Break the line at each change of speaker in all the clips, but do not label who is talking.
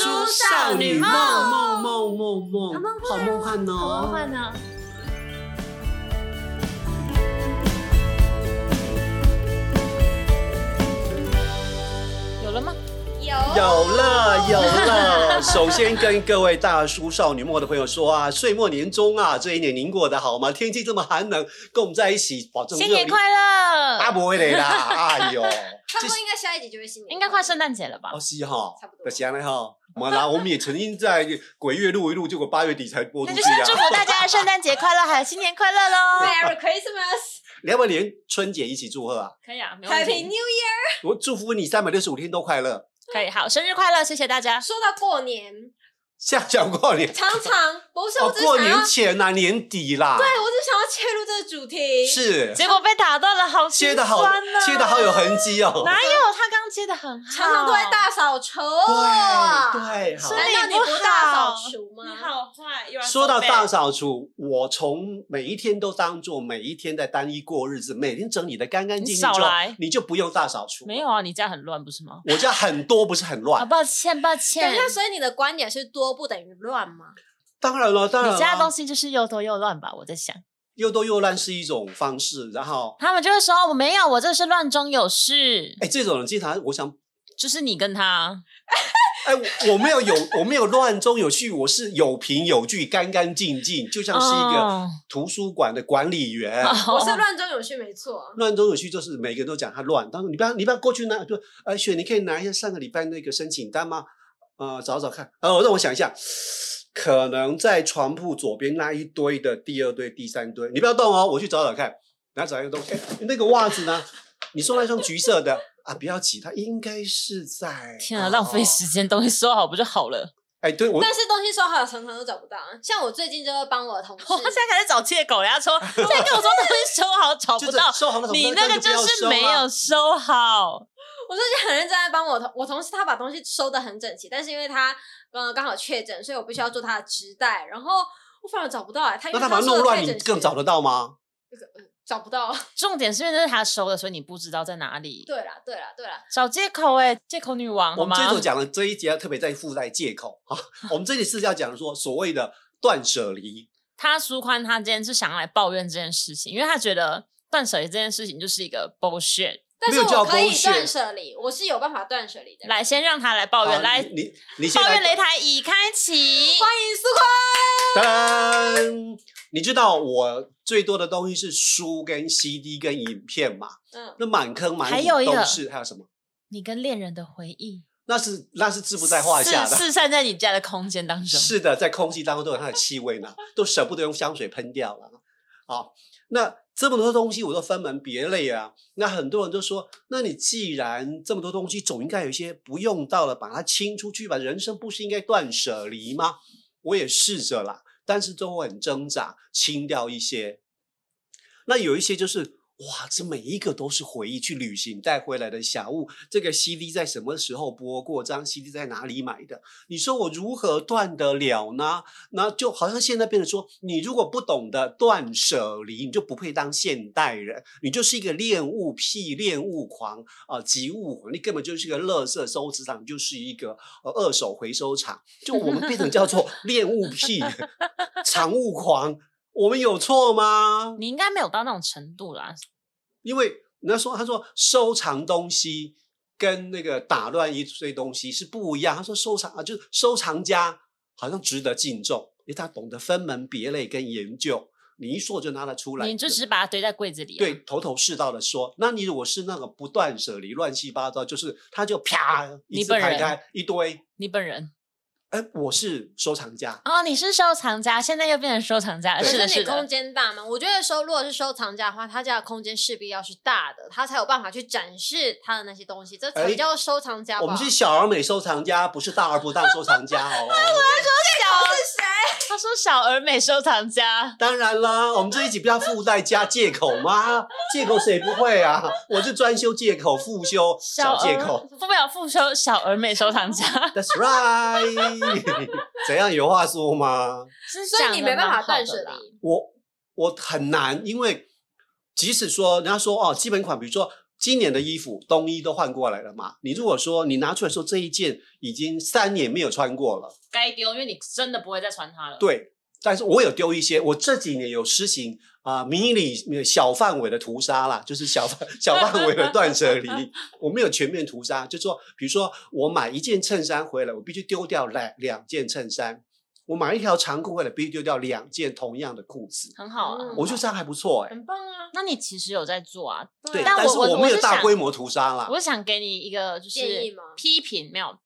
少女梦
梦梦梦梦
梦
好梦幻
好梦
哦！
幻呢？
有了吗？
有
有了有了，首先跟各位大叔少女梦的朋友说啊，岁末年终啊，这一年您过得好吗？天气这么寒冷，跟我们在一起，保证
新年快乐！
大不会的啦！ 哎呦，
差不多应该下一集就会新年，
应该快圣诞节了吧
哦？是哈，
差不多
就是这样哈。我啦，我们也曾经在鬼月录一录，结果八月底才播出
那
去
就先
啊。
祝福大家圣诞节快乐，还有新年快乐喽！
Merry Christmas，
你要不要连春节一起祝贺啊？
可以啊，没问
Happy
题
New。Year。
我祝福你三百六十五天都快乐，
可以，好，生日快乐，谢谢大家。
说到过年，
下讲过年。
常 常不是
哦，
我只是
过
想要，
年前呐、年底啦，
对我只是想要切入这个主题，
是
结果被打断了，好
切
心
的好
酸呢、，
切的好有痕迹哦。
哪有？他刚接的很好，
常常都在。大扫除。
啊
对对，好。
是
难道你不大扫除吗？
你好坏，又
说到大扫除，我从每一天都当做每一天在单一过日子，每天整理的干干净净之后，
你少来
你就不用大扫除。
没有啊？你家很乱不是吗？
我家很多不是很
啊，
乱，
抱歉抱
等
歉
一，下，所以你的观点是多不等于乱吗？
当然了，当然
你家的东
了，
西就是又多又乱吧？我在想，
又多又烂是一种方式。然后，
他们就会说我没有，我这是乱中有事，
哎，这种人经常，我想，
就是你跟他
哎，我我没有有，我没有乱中有序，我是有凭有据，干干净净，就像是一个
哦
图书馆的管理员。
啊
我是乱中有序，没错。
乱中有序就是每个人都讲他乱，他说你不要你不要过去拿，就呃雪你可以拿一下上个礼拜那个申请单吗？呃，找找看，呃，让我想一下，可能在床铺左边那一堆的第二堆、第三堆，你不要动哦，我去找找看，然后找一个东西，哎那个袜子呢？你送那双橘色的啊，不要急，它应该是在。
天啊，浪费
哦。
时间，东西收好不就好了？
哎，对我
但是东西收好，常常都找不到。像我最近就会帮我的同事，
我现在开始找借口了，他说现在跟我说东西收好找
就
不
是
到，
收好那种
你
东西
那
那
个
就不要
是
收
没
啦
有收好，
我最近很认真在帮我同我同事，他把东西收的很整齐，但是因为他嗯刚好确诊，所以我必须要做他的职代，然后我反而找不到哎、他因
那
为
他把它
收
弄
得
乱，
太
你
整齐
更
了
找得到吗？
找不到。
重点是因为那是他收的，所以你不知道在哪里。
对啦，对啦，对啦，
找借口哎、借口女王好
我们
吗？
这一组讲的这一节特别在附带借口啊，我们这里是要讲说所谓的断舍离，
他舒宽，他今天是想要来抱怨这件事情，因为他觉得断舍离这件事情就是一个 bullshit。
但
没
是
有叫
我可以
bullshit
断舍离，我是有办法断舍离的人。
来，先让他来抱
好
怨，哦来
你你先
抱
来
怨擂台已开启。
欢迎苏坤，
噔，你知道我最多的东西是书、跟 CD、跟影片嘛？
嗯，
那满坑满
还
谷
有一个
都是，还有什么？
你跟恋人的回忆，
那是那是志不在话下
四
的。
四散在你家的空间当中。
是的，在空气当中都有它的气味呢，都舍不得用香水喷掉了。好，那这么多东西我都分门别类啊。那很多人就说，那你既然这么多东西，总应该有一些不用到了，把它清出去吧。人生不是应该断舍离吗？我也试着啦，但是最后很挣扎，清掉一些。那有一些就是。哇，这每一个都是回忆，去旅行带回来的小物。这个 CD 在什么时候播过？这张 CD 在哪里买的？你说我如何断得了呢？那就好像现在变成说，你如果不懂得断舍离，你就不配当现代人，你就是一个恋物癖、恋物狂啊、急物狂，你根本就是一个垃圾收集场，你就是一个呃二手回收厂。就我们变成叫做恋物癖、藏物狂，我们有错吗？
你应该没有到那种程度啦，
因为人家说，他说收藏东西跟那个打乱一堆东西是不一样。他说收藏啊，就是收藏家好像值得敬重，因为他懂得分门别类跟研究。你一说就拿得出来，
你就只是把它堆在柜子里、啊。
对，头头是道的说。那你如果是那个不断舍离、乱七八糟，就是他就啪一
你
字
本
排
人
开一堆。
你本人
哎，我是收藏家，
哦，你是收藏家，现在又变成收藏家了。
对
是的，
可是
是
你空
的。
间大吗？我觉得收，如果是收藏家的话，他家的空间势必要是大的，他才有办法去展示他的那些东西，这才
哎
叫收藏家吧。
我们是小而美收藏家，不是大而不当收藏家 哦。
是谁？
他说小而美收藏家，
当然啦，我们这一集不要附带加借口吗？借口谁不会啊？我是专修借口，复修小借 口。
不秒复收小而美收藏家，
That's right，怎样有话说吗？
是
所以你
讲得
没办法
蛮好
断
的
舍
啦
离。
我我很难，因为即使说人家说哦，基本款，比如说今年的衣服冬衣都换过来了嘛，你如果说你拿出来说这一件已经三年没有穿过了，
该丢，因为你真的不会再穿它了。，
对，但是我有丢一些，我这几年有施行啊、迷你小范围的屠杀啦，就是小范小范围的断舍离，我没有全面屠杀，就说比如说我买一件衬衫回来，我必须丢掉两两件衬衫；我买一条长裤回来，必须丢掉两件同样的裤子。
很好啊。
嗯
我觉得这样还不错哎、
很棒啊。
那你其实有在做啊？
对，
嗯但
但
我
是
我
没有
是
大
想
规模屠杀啦。
我想给你一个就是
建议吗
批评没有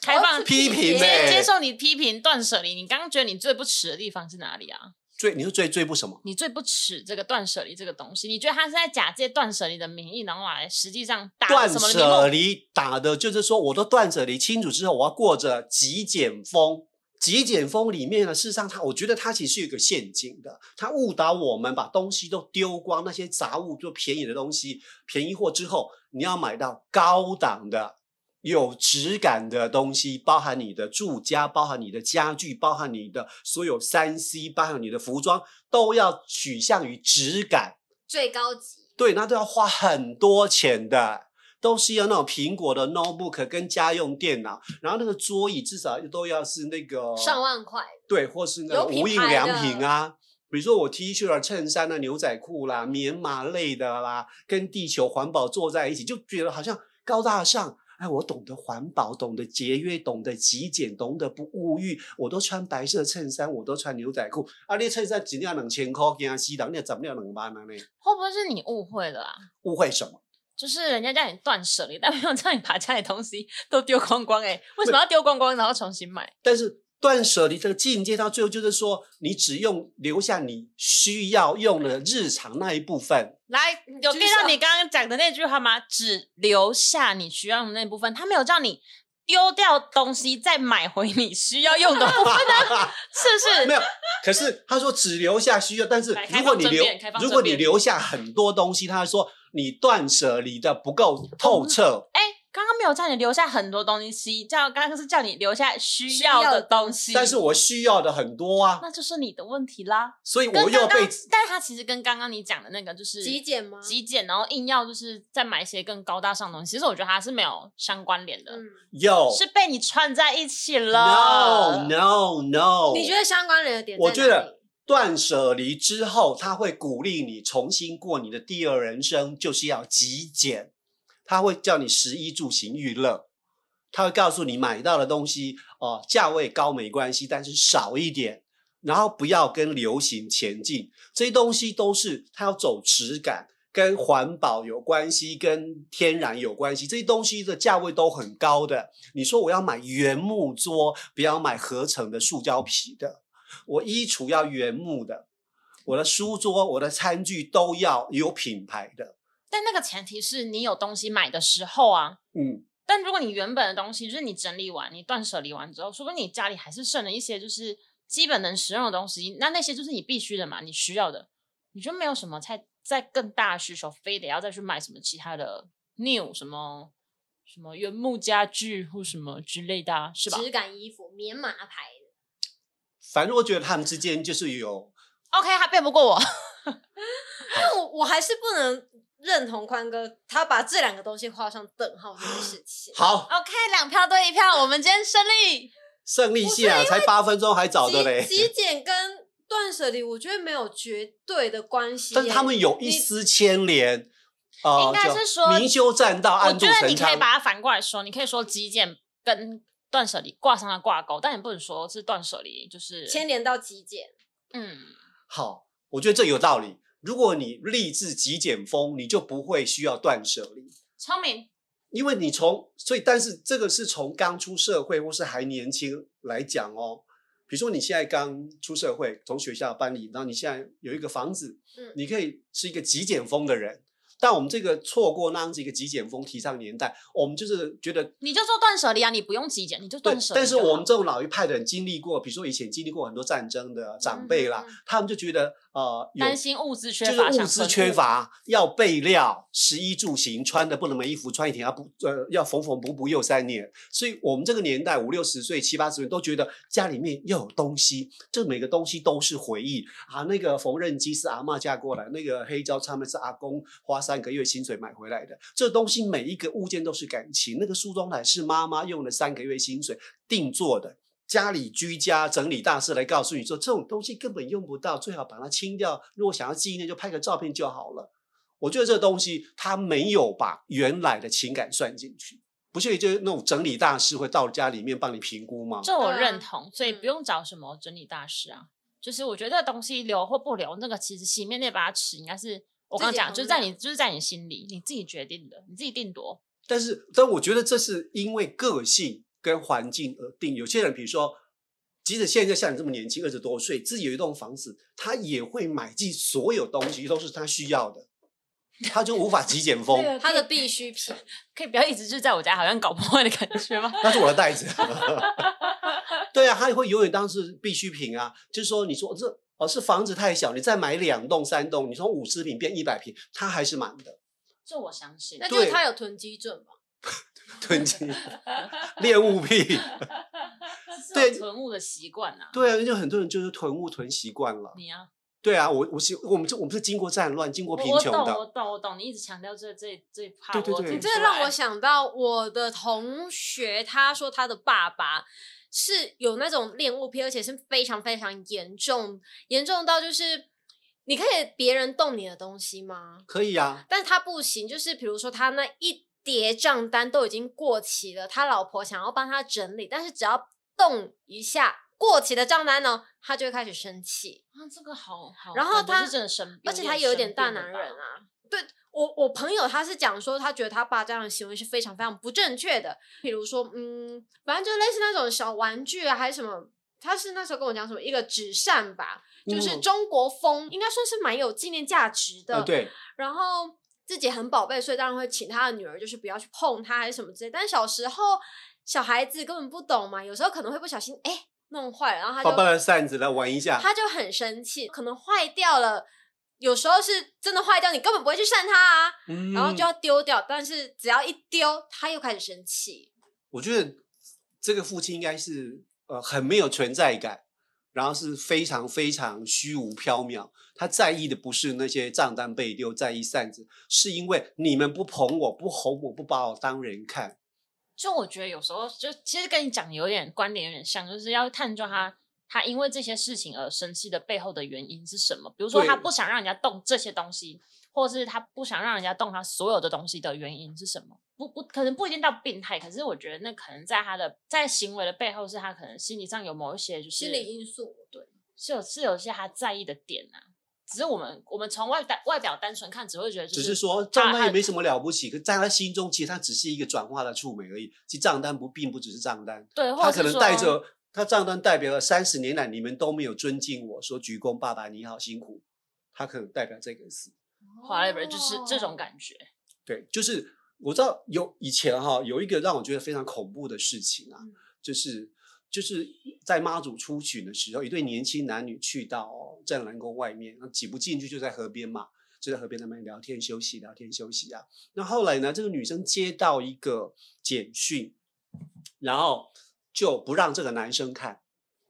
开放
哦
批评
接
欸
接接受你批评断舍离。你刚刚觉得你最不耻的地方是哪里啊？
最你说最最不什么？
你最不耻这个断舍离这个东西，你觉得他是在假借断舍离的名义，然后来实际上打
断
什么名目
舍离打的就是说，我都断舍离清楚之后，我要过着极简风。极简风里面呢，事实上它，我觉得它其实是有一个陷阱的，它误导我们把东西都丢光，那些杂物就便宜的东西、便宜货之后，你要买到高档的、有质感的东西，包含你的住家，包含你的家具，包含你的所有三 C，包含你的服装，都要取向于质感。
最高级，
对，那都要花很多钱的，都是要那种苹果的 notebook 跟家用电脑，然后那个桌椅至少都要是那个
上万块，
对，或是那
有
种
品
无印
牌
良
的
品啊。比如说我 T 恤啊、衬衫啊、牛仔裤啦、棉麻类的啦，跟地球环保坐在一起，就觉得好像高大上。哎，我懂得环保，懂得节约，懂得极简，懂得不物欲。我都穿白色衬衫，我都穿牛仔裤。啊，你衬衫只要两千块，跟他西人你怎么要两万呢？
会不会是你误会了啊？
误会什么？
就是人家叫你断舍离，但没有叫你把家里东西都丢光光哎、为什么要丢光光，然后重新买？
但是断舍离的境界到最后就是说，你只用留下你需要用的日常那一部分。
来，有
举
get
手
到你刚刚讲的那句话吗？只留下你需要的那部分，他没有叫你丢掉东西再买回你需要用的部 分，是不
没
是？
有，可是他说只留下需要，但是
来开
如果
放
你
争
留
辩开放
如果
争
你
辩
留下很多东西，他说你断舍离的不够透彻。
哎，刚刚没有叫你留下很多东西，叫刚刚是叫你留下需
需
要
要
的
的
东西，
但是我需要的很多啊，
那就是你的问题啦。
所以我
跟
又
刚刚
被，
但它其实跟刚刚你讲的那个就是
极简吗？
极简，然后硬要就是再买一些更高大上的东西，其实我觉得它是没有相关联的，
嗯，
有
是被你串在一起了。
no no no。
你觉得相关联的点在哪
我
里？
觉得断舍离之后，他会鼓励你重新过你的第二人生，就是要极简。他会叫你食衣住行娱乐，他会告诉你买到的东西哦、价位高没关系，但是少一点，然后不要跟流行前进。这些东西都是它要走质感，跟环保有关系，跟天然有关系。这些东西的价位都很高的。你说我要买原木桌，不要买合成的塑胶皮的。我衣橱要原木的，我的书桌、我的餐具都要有品牌的。
但那个前提是你有东西买的时候啊。
嗯，
但如果你原本的东西，就是你整理完、你断舍离完之后，说不定你家里还是剩了一些，就是基本能使用的东西。那那些就是你必须的嘛，你需要的，你就没有什么太再更大的需求，非得要再去买什么其他的 new 什么什么原木家具或什么之类的、啊，是吧
质感衣服，棉麻牌的。
反正我觉得他们之间就是有。
？OK，他辩不过我。
但我我还是不能认同宽哥他把这两个东西画上等号这件事情
好
OK，两票对一票，我们今天胜利。
胜利线啊，才八分钟还 早的嘞。
极极简跟断舍离，我觉得没有绝对的关系耶。
但他们有一丝牵连，呃，
应该是
就
说
明修栈道，
我
暗度
觉得你
陈
可以
仓。
把它反过来说，你可以说极简跟断舍离挂上了挂钩，但你不能说是断舍离，就是
牵连到极简，
嗯，
好，我觉得这有道理。如果你立志极简风，你就不会需要断舍离。
聪明。
因为你从所以，但是这个是从刚出社会或是还年轻来讲哦。比如说你现在刚出社会，从学校搬离，然后你现在有一个房子，
嗯
你可以是一个极简风的人。但我们这个错过那样子一个极简风提倡年代，我们就是觉得
你就做断舍离啊，你不用极简，你就
对
断，舍离
但是
就好
我们这种老一派的人经历过，比如说以前经历过很多战争的长辈啦，
嗯嗯嗯
他们就觉得呃有
担心物资缺
就
乏，
是物
想
资
囤
缺
物，
乏，要备料，食衣住行，穿的不能没衣服，穿一天要补呃要缝缝补补又三年。所以我们这个年代五六十岁、七八十岁都觉得家里面要有东西，这每个东西都是回忆啊。那个缝纫机是阿嬷嫁过来，那个黑胶唱片是阿公花三个月薪水买回来的。这东西每一个物件都是感情，那个梳妆台是妈妈用了三个月薪水定做的。家里居家整理大师来告诉你说，这种东西根本用不到，最好把它清掉。如果想要纪念，就拍个照片就好了。我觉得这个东西它没有把原来的情感算进去，不是就是那种整理大师会到家里面帮你评估吗？
这
对
我
啊
认同，所以
嗯
不用找什么整理大师啊。就是我觉得东西留或不留，那个其实洗面那把尺应该是我刚
自己
讲，
衡
就是在
量
你就是在你心里，你自己决定的，你自己定夺。
但是，但我觉得这是因为个性跟环境而定。有些人，比如说，即使现在像你这么年轻，二十多岁，自己有一栋房子，他也会买进所有东西，都是他需要的，他就无法极简风。
他的必需品，
可以不要一直就在我家好像搞破坏的感 觉吗？
那是我的袋子。 对啊，它会永远当是必需品啊。就是说，你说这哦是房子太小，你再买两栋三栋，你从五十平变一百平，它还是满的，
这我相信
那。就是
对
他有囤积症吧？
囤积恋物癖。
是
对
有囤物的习惯啊，
对啊，就很多人就是囤物囤习惯了。
你啊，
对啊，我我是我们这我们是经过战乱，经过
我
贫
我
穷
懂，我
的，
懂，我懂。你一直强调这这这一怕，
对对
我
对
听
你
出
这让
来
我想到我的同学，他说他的爸爸是有那种恋物癖，而且是非常非常严重，严重到就是你可以别人动你的东西吗？
可以啊。
但是他不行，就是比如说他那一叠账单都已经过期了，他老婆想要帮他整理，但是只要动一下过期的账单呢，他就会开始生气，
啊，这个好好。
然后
感觉
他
是真的生病，
而且他有点
生
大
病了
男人
吧，
啊。对我，我朋友他是讲说，他觉得他爸这样的行为是非常非常不正确的，比如说，嗯，反正就类似那种小玩具啊，还是什么。他是那时候跟我讲什么一个纸扇吧，就是
嗯
中国风，应该算是蛮有纪念价值的。
呃，对，
然后自己很宝贝，所以当然会请他的女儿就是不要去碰他还是什么之类。但小时候小孩子根本不懂嘛，有时候可能会不小心哎弄坏了，然后他
爸爸
就
的扇子来玩一下，
他就很生气，可能坏掉了。有时候是真的坏掉，你根本不会去扇它啊，
然
然后就要丢掉。但是只要一丢，他又开始生气。
我觉得这个父亲应该是呃很没有存在感，然后是非常非常虚无缥缈。他在意的不是那些账单被丢，在意扇子，是因为你们不捧我，不哄我，不把我当人看。
就我觉得有时候就其实跟你讲有点观点有点像，就是要探究他他因为这些事情而生气的背后的原因是什么。比如说
对
他不想让人家动这些东西，或者是他不想让人家动他所有的东西的原因是什么？不不，可能不一定到病态，可是我觉得那可能在他的在行为的背后，是他可能心理上有某一些就是
心理因素，对，
是有是有一些他在意的点啊。只是我们我们从外单外表单纯看，只会觉得就
只
是
是说
他
账单也
他
没什么了不起，可在他心中，其实他只是一个转化的触媒而已。其实账单不并不只是账单，
对，或
他
者
可能
是说
带着他账单代表了三十年来你们都没有尊敬我，说鞠躬，爸爸你好辛苦，他可能代表这个事。
whatever，就是这
哦
种感觉。
对，就是我知道有以前哈、有一个让我觉得非常恐怖的事情啊，
嗯
就是就是在妈祖出巡的时候，一对年轻男女去到湛蓝宫外面，那挤不进去就在河边嘛，就在河边那边聊天休息，聊天休息啊。那后来呢，这个女生接到一个简讯，然后就不让这个男生看。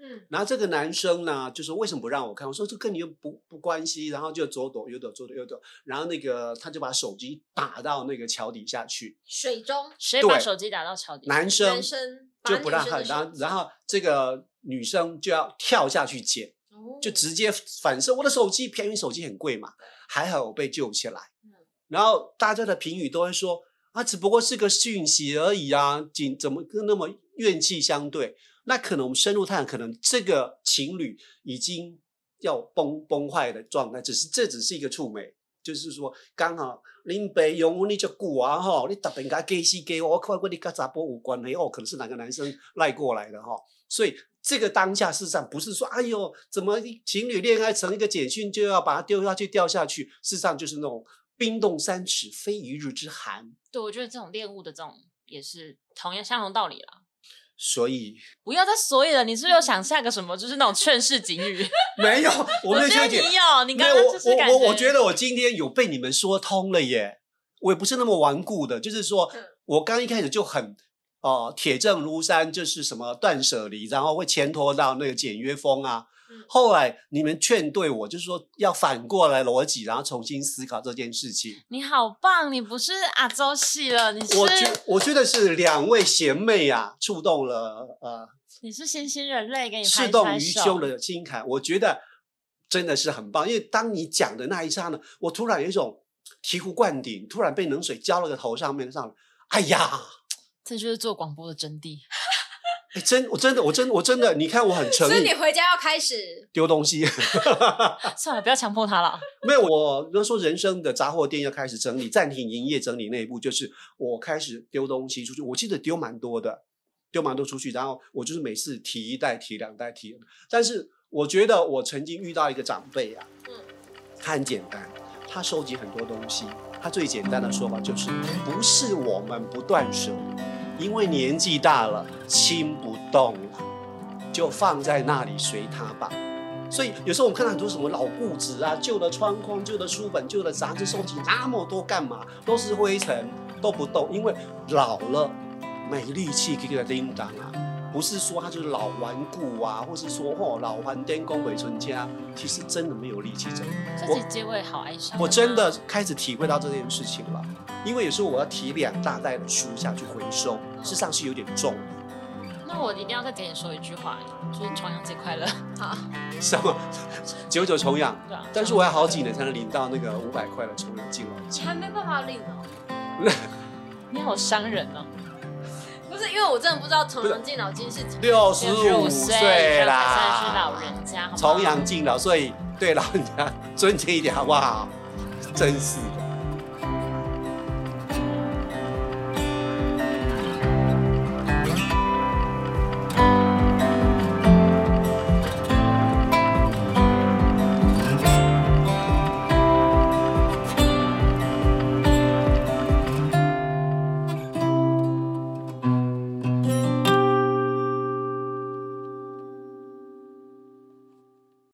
嗯，
然后这个男生呢，就说为什么不让我看？我说这跟你又不不关系。然后就左躲右躲，左躲右躲。然后那个他就把手机打到那个桥底下去，
水中
谁把
对
手机打到桥底下？
男生
男生
就不让
他
他，，然后然后这个女生就要跳下去捡，
哦
就直接反射我的手机，便宜手机很贵嘛，还好我被救起来
嗯。
然后大家的评语都会说啊，只不过是个讯息而已啊，仅怎么跟那么怨气相对？那可能我们深入探，可能这个情侣已经要崩崩坏的状态，只是这只是一个触媒，就是说刚好林北勇你就古啊哈，你特别给他给西给我，我看过你跟查波无关系哦，可能是哪个男生赖过来的哈、所以这个当下事实上不是说，哎呦，怎么情侣恋爱成一个简讯就要把它丢下去掉下去？事实上就是那种冰冻三尺非一日之寒。
对，我觉得这种恋物的这种也是同样相同道理啦。
所以
不要再所以了。你是不是有想下个什么，就是那种劝世警语？
没有， 我没有
觉得
纠
你
结。
有，你
没
刚
有，
刚
我
就是感
我我我
觉
觉得我今天有被你们说通了耶，我也不是那么顽固的，就是说
嗯
我刚一开始就很呃铁证如山，就是什么断舍离，然后会牵拖到那个简约风啊
嗯。
后来你们劝对我，就是说要反过来逻辑，然后重新思考这件事情。
你好棒，你不是阿周系了，你
我觉
是
我觉得是两位贤妹啊，触动了呃
你是新兴人类，给你拍
事
一
动
拍
于
哎手
胸的心坎，我觉得真的是很棒。因为当你讲的那一刹那，我突然有一种醍醐灌顶，突然被冷水浇了个头上面上来，哎呀，
这就是做广播的真谛。
哎，真我真的我真我真的，你看我很诚
所以
意
你回家要开始
丢东西，
算了，不要强迫他了。
没有我比如说人生的杂货店要开始整理，暂停营业整理那一步，就是我开始丢东西出去，我记得丢蛮多的，丢蛮多出去，然后我就是每次提一袋提两袋提，但是我觉得我曾经遇到一个长辈啊，
嗯
他很简单，他收集很多东西，他最简单的说法就是不是我们不断舍离，因为年纪大了清不动了，就放在那里随他吧。所以有时候我们看到很多什么老固纸啊、旧的窗框、旧的书本、旧的杂志，收集那么多干嘛？都是灰尘，都不动，因为老了没力气给个叮当啊。不是说他就是老顽固啊，或是说哦老还颠公鬼存家，其实真的没有力气整理。
这
我
集结尾好哀伤。
我真的开始体会到这件事情了，因为有时候我要提两大袋的书下去回收，事实上是有点重的。
那我一定要再给你说一句话，就是重阳节快乐，
好，
什 么九九重阳，
对吧？
但是我要好几年才能领到那个五百块的重阳敬老金。
你还没办法领哦。
你好伤人哦。
不是，因为我真的不知道重阳敬老金是从
六十
65
五岁
才算是老
啦，
人家，好不好
重阳敬老，所以对老人家尊敬一点好不好？真是的。